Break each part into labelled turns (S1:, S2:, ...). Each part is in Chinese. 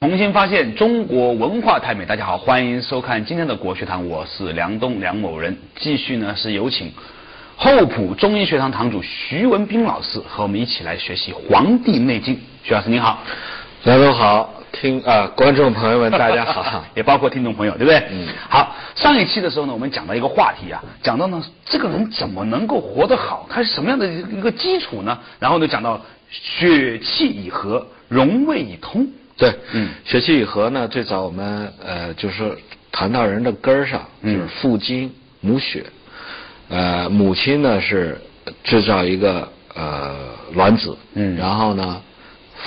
S1: 重新发现中国文化太美。大家好，欢迎收看今天的国学堂，我是梁东梁某人。继续呢是有请厚朴中医学堂堂主徐文兵老师和我们一起来学习《黄帝内经》。徐老师您好，。
S2: 梁总好，听啊、呃观众朋友们大家好
S1: 也包括听众朋友，对不对？
S2: 嗯
S1: 好，上一期的时候呢，我们讲到一个话题啊，讲到呢这个人怎么能够活得好，他是什么样的一个基础呢？然后呢讲到血气以和，荣卫以通。
S2: 对，
S1: 嗯
S2: 血气以和呢，最早我们呃就是说谈到人的根儿上，就
S1: 嗯
S2: 是父精母血，呃，母亲呢是制造一个呃卵子，
S1: 嗯
S2: 然后呢。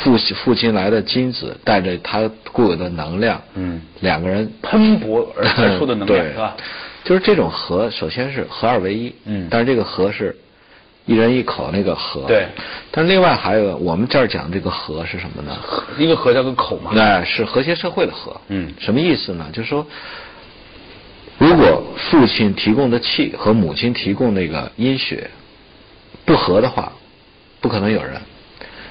S2: 父父亲来的精子带着他固有的能量，
S1: 嗯
S2: 两个人
S1: 喷薄而而出的能量
S2: 对
S1: 是吧？
S2: 就是这种和，首先是合二为一，
S1: 嗯
S2: 但是这个和是一人一口那个和，
S1: 对
S2: 但是另外还有个我们这儿讲这个和是什么呢？
S1: 一个合叫个口嘛。
S2: 那哎是和谐社会的和，
S1: 嗯
S2: 什么意思呢？就是说，如果父亲提供的气和母亲提供那个阴血不合的话，不可能有人。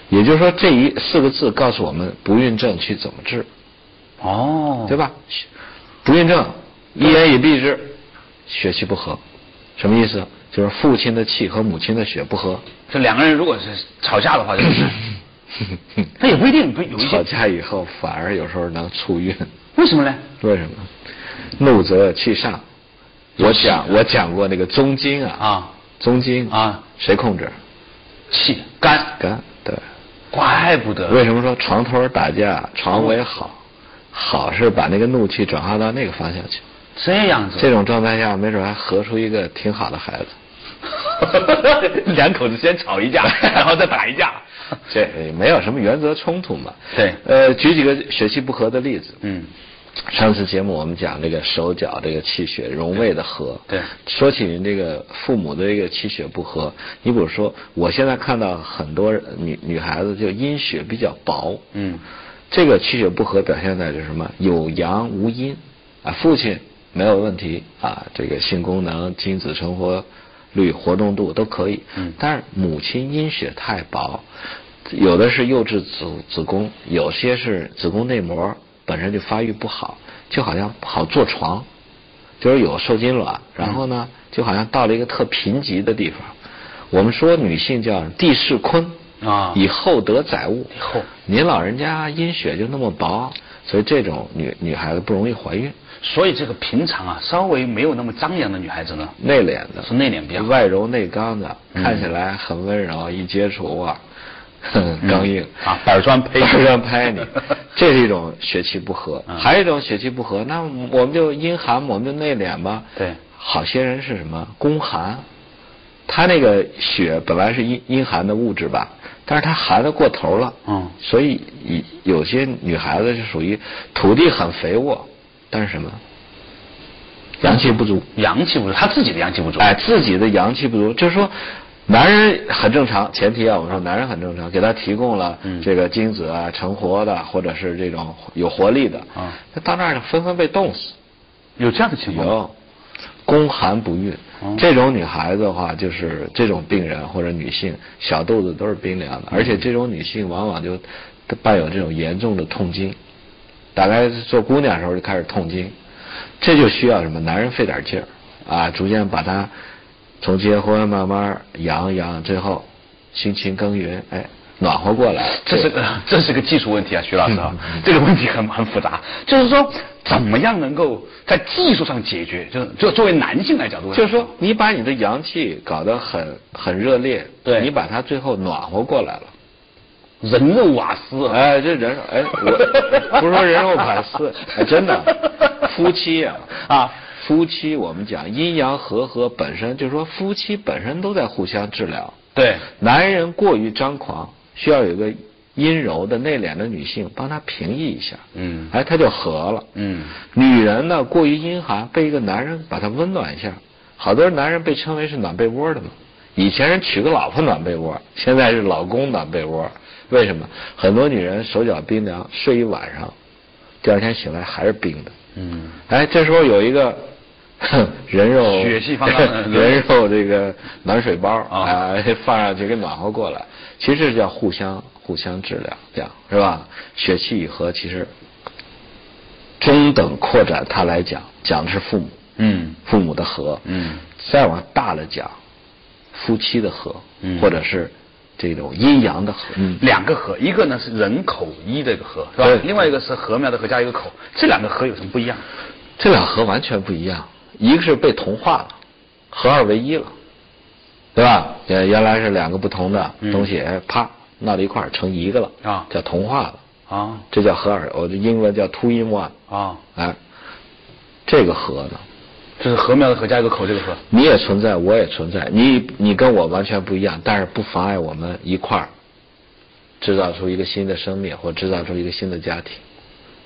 S2: 也就是说，这一四个字告诉我们不孕症去怎么治。
S1: 哦，
S2: 对？吧？不孕症，一言以蔽之，血气不和，什么意思？就是父亲的气和母亲的血不和。
S1: 这两个人如果是吵架 的话，就是他也不一定不有一些
S2: 吵架以后反而有时候能促孕，
S1: 为什么呢？
S2: 为什么？怒则气上。我讲我讲过那个宗经啊，
S1: 啊
S2: 宗经
S1: 啊，
S2: 谁控制？
S1: 气干，
S2: 肝对。
S1: 怪不得
S2: 为什么说床头打架床尾好？好是把那个怒气转化到那个方向去。
S1: 这样子？
S2: 这种状态下，没准还合出一个挺好的孩子。
S1: 两口子先吵一 架，然后再打一架。
S2: 这没有什么原则冲突嘛。
S1: 对
S2: 呃，举几个血气不和的例子。
S1: 嗯，
S2: 上次节目我们讲这个手脚这个气血容胃的和。
S1: 对对
S2: 说起你这个父母的这个气血不和，你比如说，我现在看到很多女女孩子就阴血比较薄。
S1: 嗯。
S2: 这个气血不和表现在就是什么？有阳无阴啊，父亲没有问题啊，这个性功能、精子成活率、活动度都可以。
S1: 嗯
S2: 但是母亲阴血太薄，有的是幼稚子子宫，有些是子宫内膜本身就发育不好，就好像好坐床，就是有受精卵，然后
S1: 嗯
S2: 呢，就好像到了一个特贫瘠的地方。我们说女性叫地势坤
S1: 啊
S2: 以厚德载物。
S1: 以后
S2: 您老人家阴血就那么薄，所以这种女女孩子不容易怀孕，
S1: 所以这个平常啊，稍微没有那么张扬的女孩子呢，
S2: 内敛的
S1: 是内敛比较好
S2: 外柔内刚的，
S1: 嗯
S2: 看起来很温柔，一接触啊， 哼
S1: 嗯
S2: 刚硬
S1: 啊板砖拍你
S2: 板砖拍 你，这是一种血气不和
S1: 嗯，
S2: 还有一种血气不和，那我们就阴寒，我们就内敛吧。
S1: 对
S2: 好些人是什么宫寒，他那个血本来是阴阴寒的物质吧，但是他寒的过头了，
S1: 嗯
S2: 所以以有些女孩子是属于土地很肥沃，但是什么阳气不足，
S1: 阳气不足，她自己的阳气不足。
S2: 哎，，自己的阳气不足，就是说，男人很正常，前提啊，我们说男人很正常，给他提供了
S1: 嗯
S2: 这个精子啊、成活的，或者是这种有活力的，
S1: 啊
S2: 那到那儿纷纷被冻死，
S1: 有这样的情况吗？
S2: 有宫寒不孕
S1: 哦，
S2: 这种女孩子的话，就是这种病人或者女性，小肚子都是冰凉的，
S1: 嗯
S2: 而且这种女性往往就伴有这种严重的痛经，大概做姑娘的时候就开始痛经，这就需要什么？男人费点劲儿啊，逐渐把她从结婚慢慢养一养，最后辛勤耕耘，哎，暖和过来。
S1: 这是个 这是个技术问题啊，徐老师啊
S2: 嗯，
S1: 这个问题很很复杂，就是说怎么样能够在技术上解决，就是就作为男性来讲，
S2: 就是说，你把你的阳气搞得很很热烈，
S1: 对
S2: 你把它最后暖和过来了。
S1: 人肉瓦斯，啊
S2: 哎，这人哎，我不是说人肉百思，哎真的，夫妻啊
S1: 啊，
S2: 夫妻我们讲阴阳和合本身就是说夫妻本身都在互相治疗，
S1: 对，
S2: 男人过于张狂，需要有一个阴柔的内敛的女性帮他平抑一下，
S1: 嗯
S2: 哎，他就和了，
S1: 嗯
S2: 女人呢过于阴寒，被一个男人把她温暖一下，好多男人被称为是暖被窝的嘛。以前人娶个老婆暖被窝，现在是老公暖被窝。为什么？很多女人手脚冰凉，睡一晚上，第二天醒来还是冰的。
S1: 嗯，
S2: 哎，这时候有一 个哼人肉
S1: 血气方刚的
S2: 人肉这个暖水包
S1: 啊
S2: 啊，放上去给暖和过来，其实是叫互相互相治疗，这样是吧？血气以和，其实中等扩展它来讲，讲的是父母，
S1: 嗯
S2: 父母的和，
S1: 嗯，
S2: 再往大了讲，夫妻的和，
S1: 嗯
S2: 或者是这种阴阳的和，嗯
S1: 两个和，一个呢是人口一的一个和，是吧
S2: 对？
S1: 另外一个是禾苗的禾加一个口，这两个和有什么不一样？
S2: 这俩和完全不一样，一个是被同化了，合二为一了，对吧？原原来是两个不同的
S1: 嗯
S2: 东西，哎啪闹到一块儿成一个了，
S1: 啊
S2: 叫同化了，
S1: 啊
S2: 这叫合二，我的英文叫 two in one，
S1: 啊，
S2: 哎，这个和呢，
S1: 这是禾苗的禾加一个口，这个和。
S2: 你也存在，我也存在，你你跟我完全不一样，但是不妨碍我们一块儿制造出一个新的生命，或制造出一个新的家庭。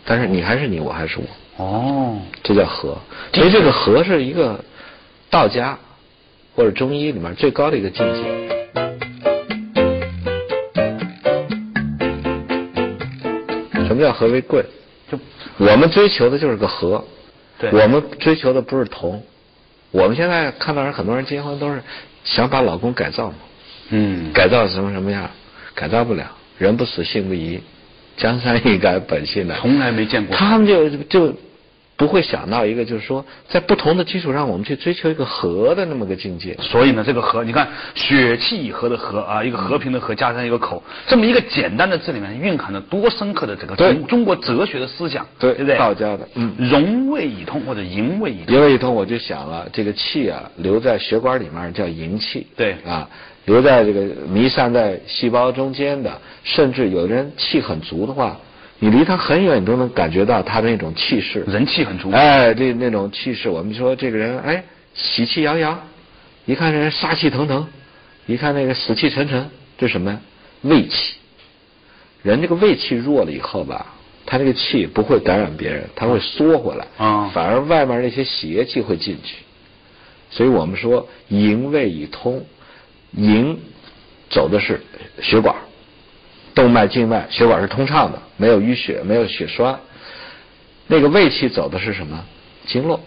S2: 但是你还是你，我还是我，
S1: 哦，
S2: 这叫和。所以这个和是一个道家或者中医里面最高的一个境界。什么叫和为贵？
S1: 就
S2: 我们追求的就是个和，
S1: 对
S2: 我们追求的不是同。我们现在看到人很多人结婚都是想把老公改造嘛，
S1: 嗯
S2: 改造成什么样？改造不了，人不死性不移，江山易改本性难。
S1: 从来没见过
S2: 他们就就不会想到一个，就是说在不同的基础上，我们去追求一个和的那么个境界。
S1: 所以呢，这个和，你看血气以和的和啊，一个和平的和加上一个口，这么一个简单的字里面蕴含着多深刻的整个
S2: 对
S1: 中中国哲学的思想，
S2: 对
S1: 对不对？
S2: 道家的
S1: 嗯
S2: 嗯，
S1: 荣谓以痛或者淫谓以痛，
S2: 因为一通我就想了，这个气啊，留在血管里面叫营气，
S1: 对
S2: 啊，留在这个弥散在细胞中间的，甚至有的人气很足的话，你离他很远，你都能感觉到他那种气势。
S1: 人气很足。
S2: 哎，这那种气势，我们说这个人哎喜气洋洋，一看这人杀气腾腾，一看那个死气沉沉，这什么呀？胃气。人这个胃气弱了以后吧，他这个气不会感染别人，他会缩回来，
S1: 啊
S2: 反而外面那些邪气会进去。所以我们说营卫以通，营走的是血管，动脉、静脉，血管是通畅的，没有淤血，没有血栓。那个胃气走的是什么？经络。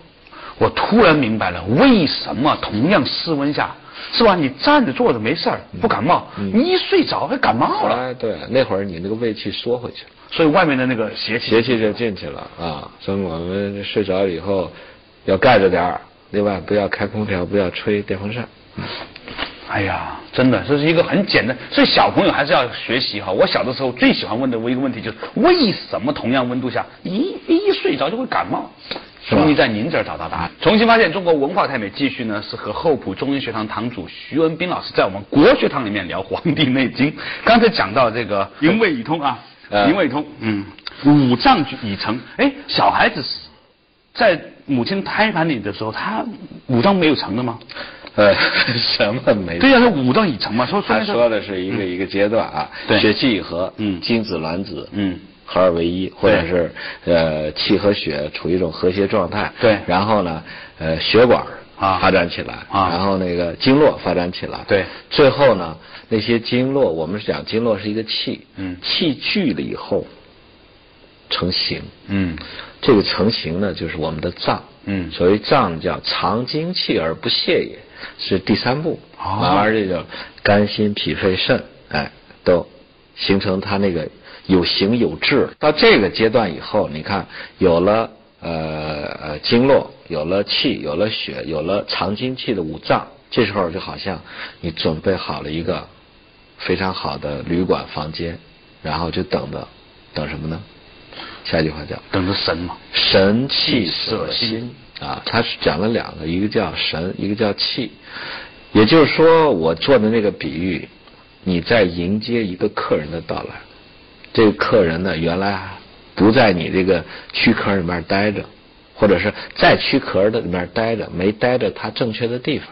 S1: 我突然明白了，为什么同样室温下，是吧？你站着坐着没事儿，不感冒，
S2: 嗯
S1: 你一睡着还感冒了，
S2: 哎，对，那会儿你那个胃气缩回去了，
S1: 所以外面的那个邪气，
S2: 邪气就进去了啊。所以我们睡着以后要盖着点儿，另外不要开空调，不要吹电风扇。
S1: 哎呀，真的，这是一个很简单，所以小朋友还是要学习哈。我小的时候最喜欢问的一个问题就是，为什么同样温度下，一一睡着就会感冒？
S2: 是吧
S1: 终于在您这儿找到答案。重新发现中国文化太美，继续呢是和厚朴中医学堂堂主徐文斌老师在我们国学堂里面聊《黄帝内 经》。刚才讲到这个营卫以通啊，
S2: 呃
S1: 营卫以通，嗯，五脏俱已成。哎，小孩子在母亲胎盘里的时候，他五脏没有成的吗？
S2: 呃， 什么没有
S1: 对呀、他五脏已成嘛，说
S2: 他
S1: 说
S2: 说的是一个一个阶段啊，
S1: 对
S2: 血气以和，
S1: 嗯
S2: 精子卵子，
S1: 嗯
S2: 合二为一，或者是呃气和血处于一种和谐状态，
S1: 对
S2: 然后呢，呃血管
S1: 啊
S2: 发展起来，
S1: 啊
S2: 然后那个经络发展起来，
S1: 对
S2: 最后呢，那些经络，我们是讲经络是一个气，
S1: 嗯
S2: 气聚了以后成形，
S1: 嗯
S2: 这个成形呢，就是我们的脏。
S1: 嗯
S2: 所谓脏叫藏精气而不泄也，是第三步。
S1: 哦
S2: 慢慢这个肝、心、脾、肺、肾，哎，都形成它那个有形有质。到这个阶段以后，你看有了呃呃经络，有了气，有了血，有了藏精气的五脏，这时候就好像你准备好了一个非常好的旅馆房间，然后就等着等什么呢？下一句话叫
S1: 等着神嘛。
S2: 神气
S1: 舍
S2: 舍
S1: 心
S2: 心啊，他是讲了两个，一个叫神，一个叫气。也就是说，我做的那个比喻，你在迎接一个客人的到来。这个客人呢，原来不在你这个躯壳里面待着，或者是在躯壳的里面待着，没待着他正确的地方。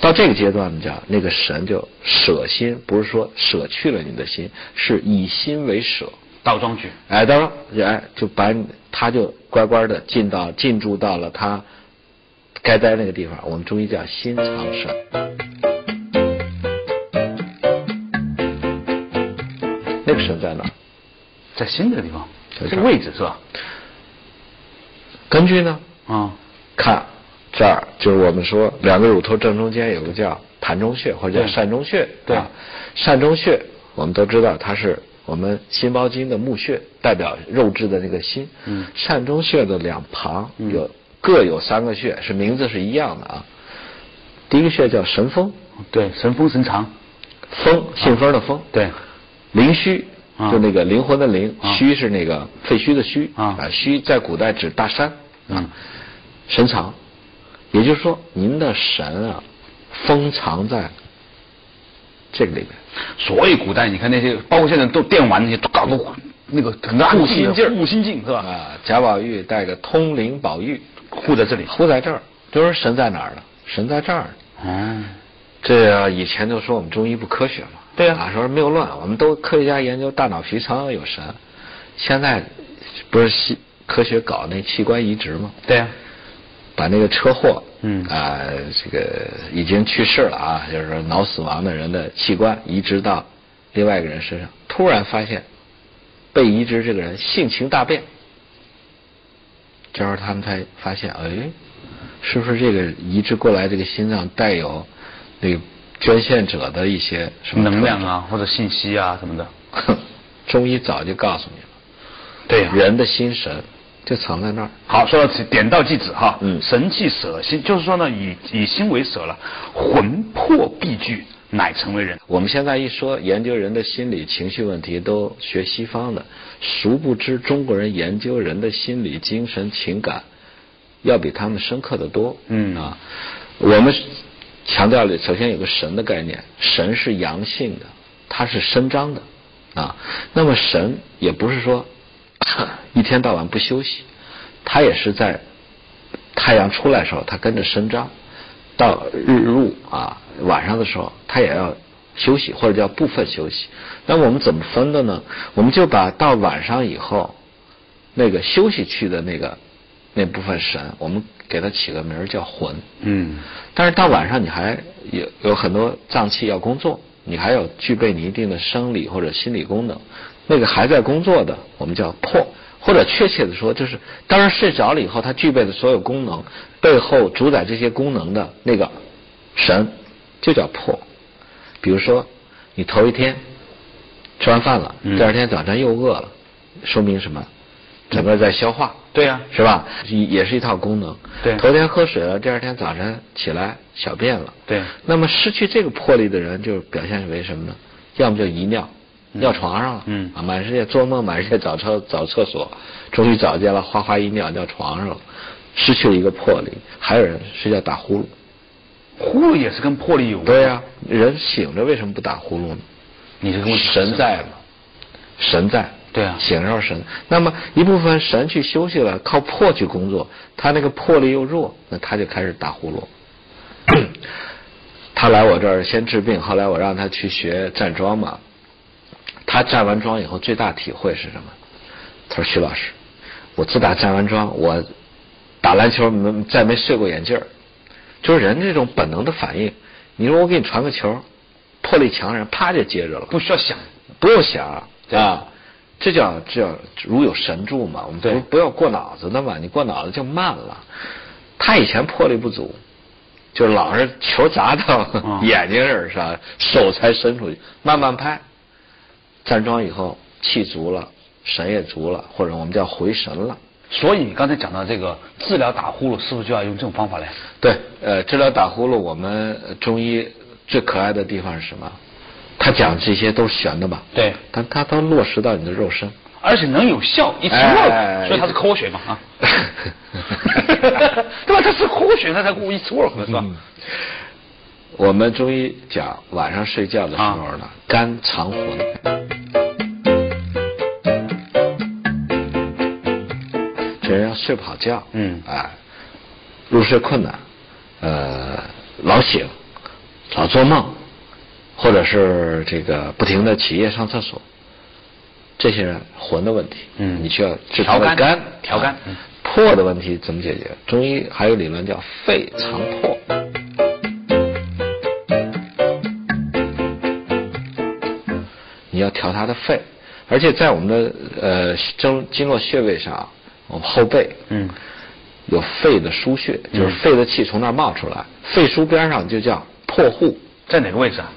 S2: 到这个阶段呢，叫那个神就舍心，不是说舍去了你的心，是以心为舍。
S1: 倒装句，
S2: 哎，到时候哎就把你他就乖乖的进到进驻到了他该待那个地方。我们中医叫心藏神。那个神在哪儿？
S1: 在心这个地方，
S2: 在
S1: 这
S2: 这
S1: 个
S2: 儿
S1: 位置是吧？
S2: 根据呢？
S1: 啊、
S2: 看这儿就是我们说两个乳头正中间有个叫膻中穴或者叫
S1: 对
S2: 膻中穴，
S1: 对
S2: 啊膻中穴我们都知道它是我们心包经的募穴代表肉质的那个心，
S1: 嗯
S2: 膻中穴的两旁
S1: 嗯
S2: 有、各有三个穴，是名字是一样的啊。第一个穴叫神风，
S1: 对，神风神长，
S2: 风信封的风，
S1: 啊对，
S2: 灵虚
S1: 啊
S2: 就那个灵魂的灵，
S1: 啊
S2: 虚是那个废墟的虚
S1: 啊
S2: 虚在古代指大山
S1: 嗯
S2: 啊，神藏，也就是说您的神啊，封藏在这个里面。
S1: 所以古代你看那些，包括现在都电玩那些，都搞得那个很大
S2: 护心镜儿
S1: 护心镜是吧？
S2: 啊，贾宝玉带个通灵宝玉
S1: 护在这里。
S2: 护在这儿，就是神在哪儿呢？神在这儿呢。
S1: 哦，
S2: 这啊以前就说我们中医不科学嘛，
S1: 对啊
S2: 啊，说谬论，我们都科学家研究大脑皮层有神，现在不是西科学搞那器官移植吗？
S1: 对呀、
S2: 把那个车祸，
S1: 嗯
S2: 啊、这个已经去世了啊，就是说脑死亡的人的器官移植到另外一个人身上，突然发现被移植这个人性情大变，这时候他们才发现，哎，是不是这个移植过来这个心脏带有那个捐献者的一些什么
S1: 能量
S2: 特
S1: 啊，或者信息啊什么的。
S2: 征？ 中医早就告诉你了，
S1: 对
S2: 人的心神就藏在那儿。
S1: 好，说到此点到即止哈。
S2: 嗯
S1: 神气舍心，就是说呢，以以心为舍了，魂魄必聚，乃成为人。
S2: 我们现在一说研究人的心理情绪问题，都学西方的，殊不知中国人研究人的心理、精神、情感，要比他们深刻的多。
S1: 嗯
S2: 啊，我们强调了，首先有个神的概念，神是阳性的，它是伸张的啊。那么神也不是说 一天到晚不休息，它也是在太阳出来的时候，它跟着伸张，到日入啊晚上的时候，它也要休息或者叫部分休息。那么我们怎么分的呢？我们就把到晚上以后那个休息区的那个那部分神，我们给它起个名儿叫魂。
S1: 嗯，
S2: 但是到晚上你还有有很多脏器要工作，你还有具备你一定的生理或者心理功能，那个还在工作的，我们叫魄，或者确切的说，就是当然睡着了以后，它具备的所有功能背后主宰这些功能的那个神，就叫魄。比如说，你头一天吃完饭了，
S1: 嗯
S2: 第二天早晨又饿了，说明什么？整个在消化。
S1: 对呀、
S2: 是吧？也也是一套功能。
S1: 对
S2: 头天喝水了，第二天早晨起来小便了。
S1: 对
S2: 那么失去这个魄力的人，就表现为什么呢？要么就遗尿，
S1: 嗯
S2: 尿床上了。
S1: 嗯
S2: 啊，满世界做梦，满世界找厕找厕所，终于找见了，哗哗一尿尿床上了，失去了一个魄力。还有人睡觉打呼噜。
S1: 呼噜也是跟魄力有啊关。
S2: 对呀、人醒着为什么不打呼噜呢？
S1: 你这个问题
S2: 神在嘛，神在。
S1: 对啊
S2: 显着神。那么一部分神去休息了，靠魄去工作，他那个魄力又弱，那他就开始打呼噜。 他来我这儿先治病，后来我让他去学站桩嘛。他站完桩以后最大体会是什么？他说：“徐老师，我自打站完桩，我打篮球没再没睡过眼镜儿。就是人这种本能的反应。你说我给你传个球，魄力强人啪就接着了，
S1: 不需要想。
S2: 不用想
S1: 对
S2: 啊，这叫这叫如有神助嘛。我们
S1: 对
S2: 不不要过脑子的嘛，你过脑子就慢了。他以前魄力不足，就老是球砸到
S1: 嗯
S2: 眼睛耳上，手才伸出去，慢慢拍。站桩以后气足了，神也足了，或者我们叫回神了。
S1: 所以你刚才讲到这个治疗打呼噜，是不是就要用这种方法嘞？
S2: 对，呃，治疗打呼噜，我们呃中医最可爱的地方是什么？他讲这些都是玄的吧？
S1: 对
S2: 但他都落实到你的肉身。
S1: 而且能有效，一 t
S2: 哎
S1: work，所以它是科学嘛啊， 对吧？它是科学，它才 i t work 的是吧？
S2: 嗯我们中医讲晚上睡觉的时候
S1: 啊
S2: 呢，肝藏魂。这人要睡不好觉，
S1: 嗯
S2: 哎，入睡困难，呃，老醒，老做梦，或者是这个不停的起夜上厕所，这些人魂的问题，
S1: 嗯
S2: 你需要治他
S1: 调
S2: 的
S1: 肝
S2: 肝，
S1: 调肝
S2: 啊
S1: 嗯
S2: 魄的问题怎么解决？中医还有理论叫肺藏魄。你要调他的肺，而且在我们的呃经经络穴位上，啊我们后背，
S1: 嗯，
S2: 有肺的腧穴，就是肺的气从那儿冒出来，肺腧边上就叫破户，
S1: 在哪个位置啊？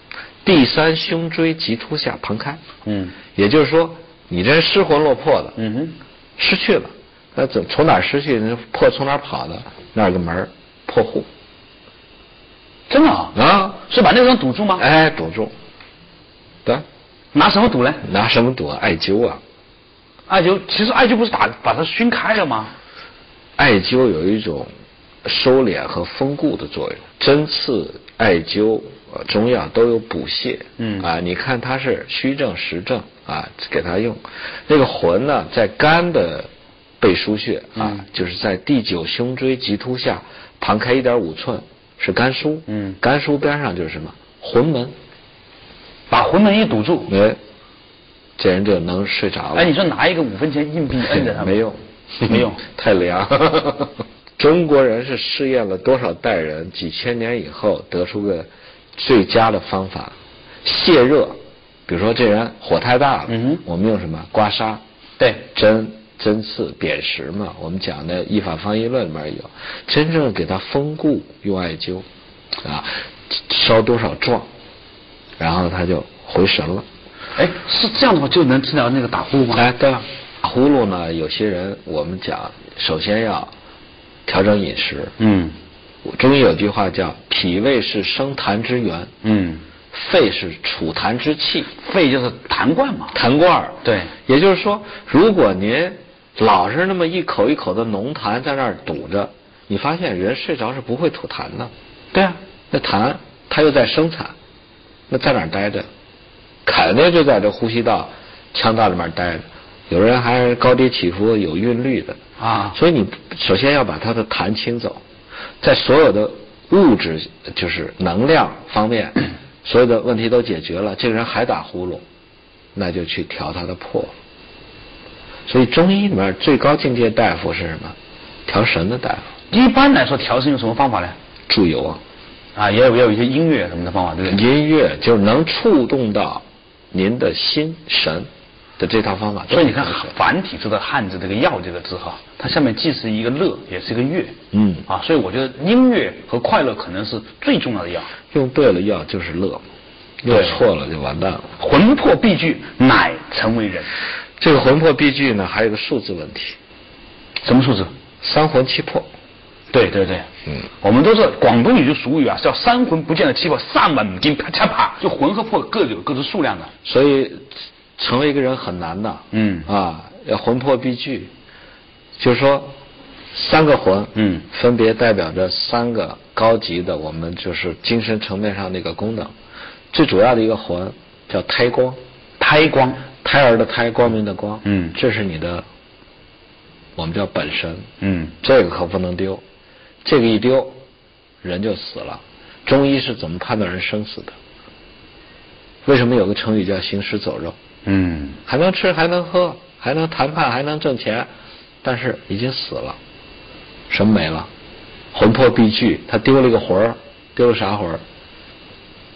S2: 第三胸椎棘突下旁开，
S1: 嗯，
S2: 也就是说，你这人失魂落魄的，
S1: 嗯哼，
S2: 失去了，那怎从哪儿失去？那破从哪儿跑的？那儿有个门儿破户
S1: 真的啊，
S2: 啊，
S1: 是把那个地方堵住吗？
S2: 哎，堵住，对，
S1: 拿什么堵嘞？
S2: 拿什么堵啊？艾灸啊，
S1: 艾灸，其实艾灸不是打把它熏开了吗？
S2: 艾灸有一种收敛和风固的作用，针刺、艾灸、呃中药都有补泻。
S1: 嗯
S2: 啊，你看它是虚症实症啊，给它用。那个魂呢，在肝的背腧穴啊，
S1: 嗯
S2: 就是在第九胸椎棘突下旁开一点五寸是肝腧。
S1: 嗯
S2: 肝腧边上就是什么魂门？
S1: 把魂门一堵住，
S2: 哎，这人就能睡着了。
S1: 哎，你说拿一个五分钱硬币摁着它，
S2: 没用，
S1: 没用
S2: 太凉。中国人是试验了多少代人，几千年以后得出个最佳的方法，泄热。比如说这人火太大了，
S1: 嗯哼
S2: 我们用什么刮痧、
S1: 对，
S2: 针、针刺、砭石嘛？我们讲的《医法方医论》里面有，真正给他风固用艾灸，啊，烧多少壮，然后他就回神了。
S1: 哎，是这样的话就能治疗那个打呼噜吗？
S2: 哎，对了，打呼噜呢，有些人我们讲，首先要调整饮食。
S1: 嗯
S2: 中医有句话叫“脾胃是生痰之源，
S1: 嗯，
S2: 肺是储痰之器
S1: 肺就是痰罐嘛”，。
S2: 痰罐儿。
S1: 对
S2: 也就是说，如果您老是那么一口一口的浓痰在那儿堵着，你发现人睡着是不会吐痰的。
S1: 对啊，
S2: 那痰它又在生产，那在哪儿待着？肯定就在这呼吸道、腔道里面待着。有人还是高低起伏有韵律的
S1: 啊
S2: 所以你首先要把它的痰清走，在所有的物质就是能量方面，所有的问题都解决了，这个人还打呼噜，那就去调他的魄。所以中医里面最高境界大夫是什么？调神的大夫，
S1: 一般来说调神用什么方法呢？
S2: 祝由啊。
S1: 啊，也有也有一些音乐什么的方法，对不对？
S2: 音乐就能触动到您的心神的这套方法。
S1: 啊所以你看
S2: 都是，
S1: 繁体字的汉字这个“药”这个字哈，它下面既是一个乐，也是一个乐。
S2: 嗯
S1: 啊，所以我觉得音乐和快乐可能是最重要的药。
S2: 用对了药就是乐，用
S1: 对
S2: 错了就完蛋了。
S1: 魂魄必具，乃成为人。
S2: 这个魂魄必聚呢，还有个数字问题，
S1: 什么数字？
S2: 三魂七魄。
S1: 对对对，
S2: 嗯
S1: 我们都是广东有句俗语啊，叫“三魂不见的七魄，三碗不金啪嚓啪”，就魂和魄各有各的数量的。啊
S2: 所以成为一个人很难呐。
S1: 嗯
S2: 啊，要魂魄必聚，就是说三个魂，
S1: 嗯
S2: 分别代表着三个高级的，我们就是精神层面上的一个功能。最主要的一个魂叫胎光，
S1: 胎光，
S2: 胎儿的胎，光明的光，
S1: 嗯
S2: 这是你的，我们叫本神，
S1: 嗯
S2: 这个可不能丢，这个一丢，人就死了。中医是怎么判断人生死的？为什么有个成语叫行尸走肉？
S1: 嗯，
S2: 还能吃，还能喝，还能谈判，还能挣钱，但是已经死了，什么没了？魂魄必聚，他丢了一个魂儿，丢了啥魂儿？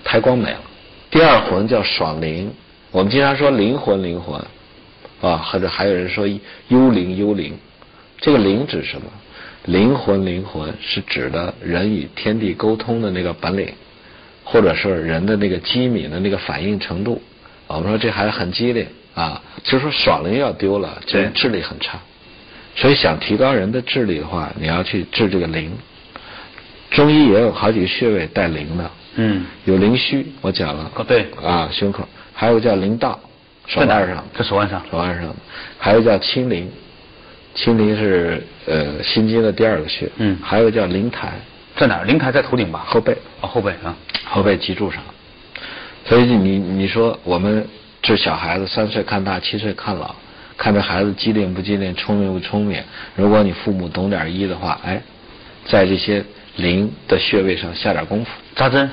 S2: 胎光没了。第二魂叫爽灵，我们经常说灵魂灵魂，啊，或者还有人说幽灵幽灵，这个灵指什么？灵魂灵魂是指的人与天地沟通的那个本领，或者是人的那个机敏的那个反应程度。啊我们说这孩子很机灵啊，就是说爽灵要丢了，这人
S1: 对
S2: 智力很差。所以想提高人的智力的话，你要去治这个灵。中医也有好几个穴位带灵的，
S1: 嗯，
S2: 有灵虚，我讲了，
S1: 哦对
S2: 啊，胸口，还有个叫灵道，手腕上，
S1: 在手腕上
S2: 手腕上的，还有一个叫清陵，清陵是呃心经的第二个穴，
S1: 嗯
S2: 还有一个叫灵台，
S1: 在哪儿？灵台在头顶吧？
S2: 后背，
S1: 啊，后背啊。
S2: 后背脊柱上，所以你你说我们治小孩子三岁看大，七岁看老，看这孩子机灵不机灵，聪明不聪明，如果你父母懂点医的话，哎，在这些灵的穴位上下点功夫，
S1: 扎针，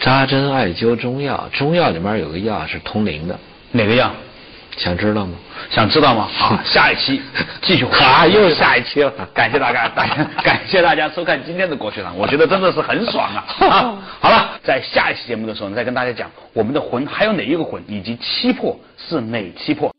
S2: 扎针、艾灸、中药，中药里面有个药是通灵的，
S1: 哪个药？
S2: 想知道吗？
S1: 想知道 吗？好，下一期继续回答。
S2: 啊又是下一期了
S1: 感谢大 家，大家感谢大家收看今天的国学堂，我觉得真的是很爽啊！ 啊好了，在下一期节目的时候呢，再跟大家讲我们的魂还有哪一个魂，以及七魄是哪七魄。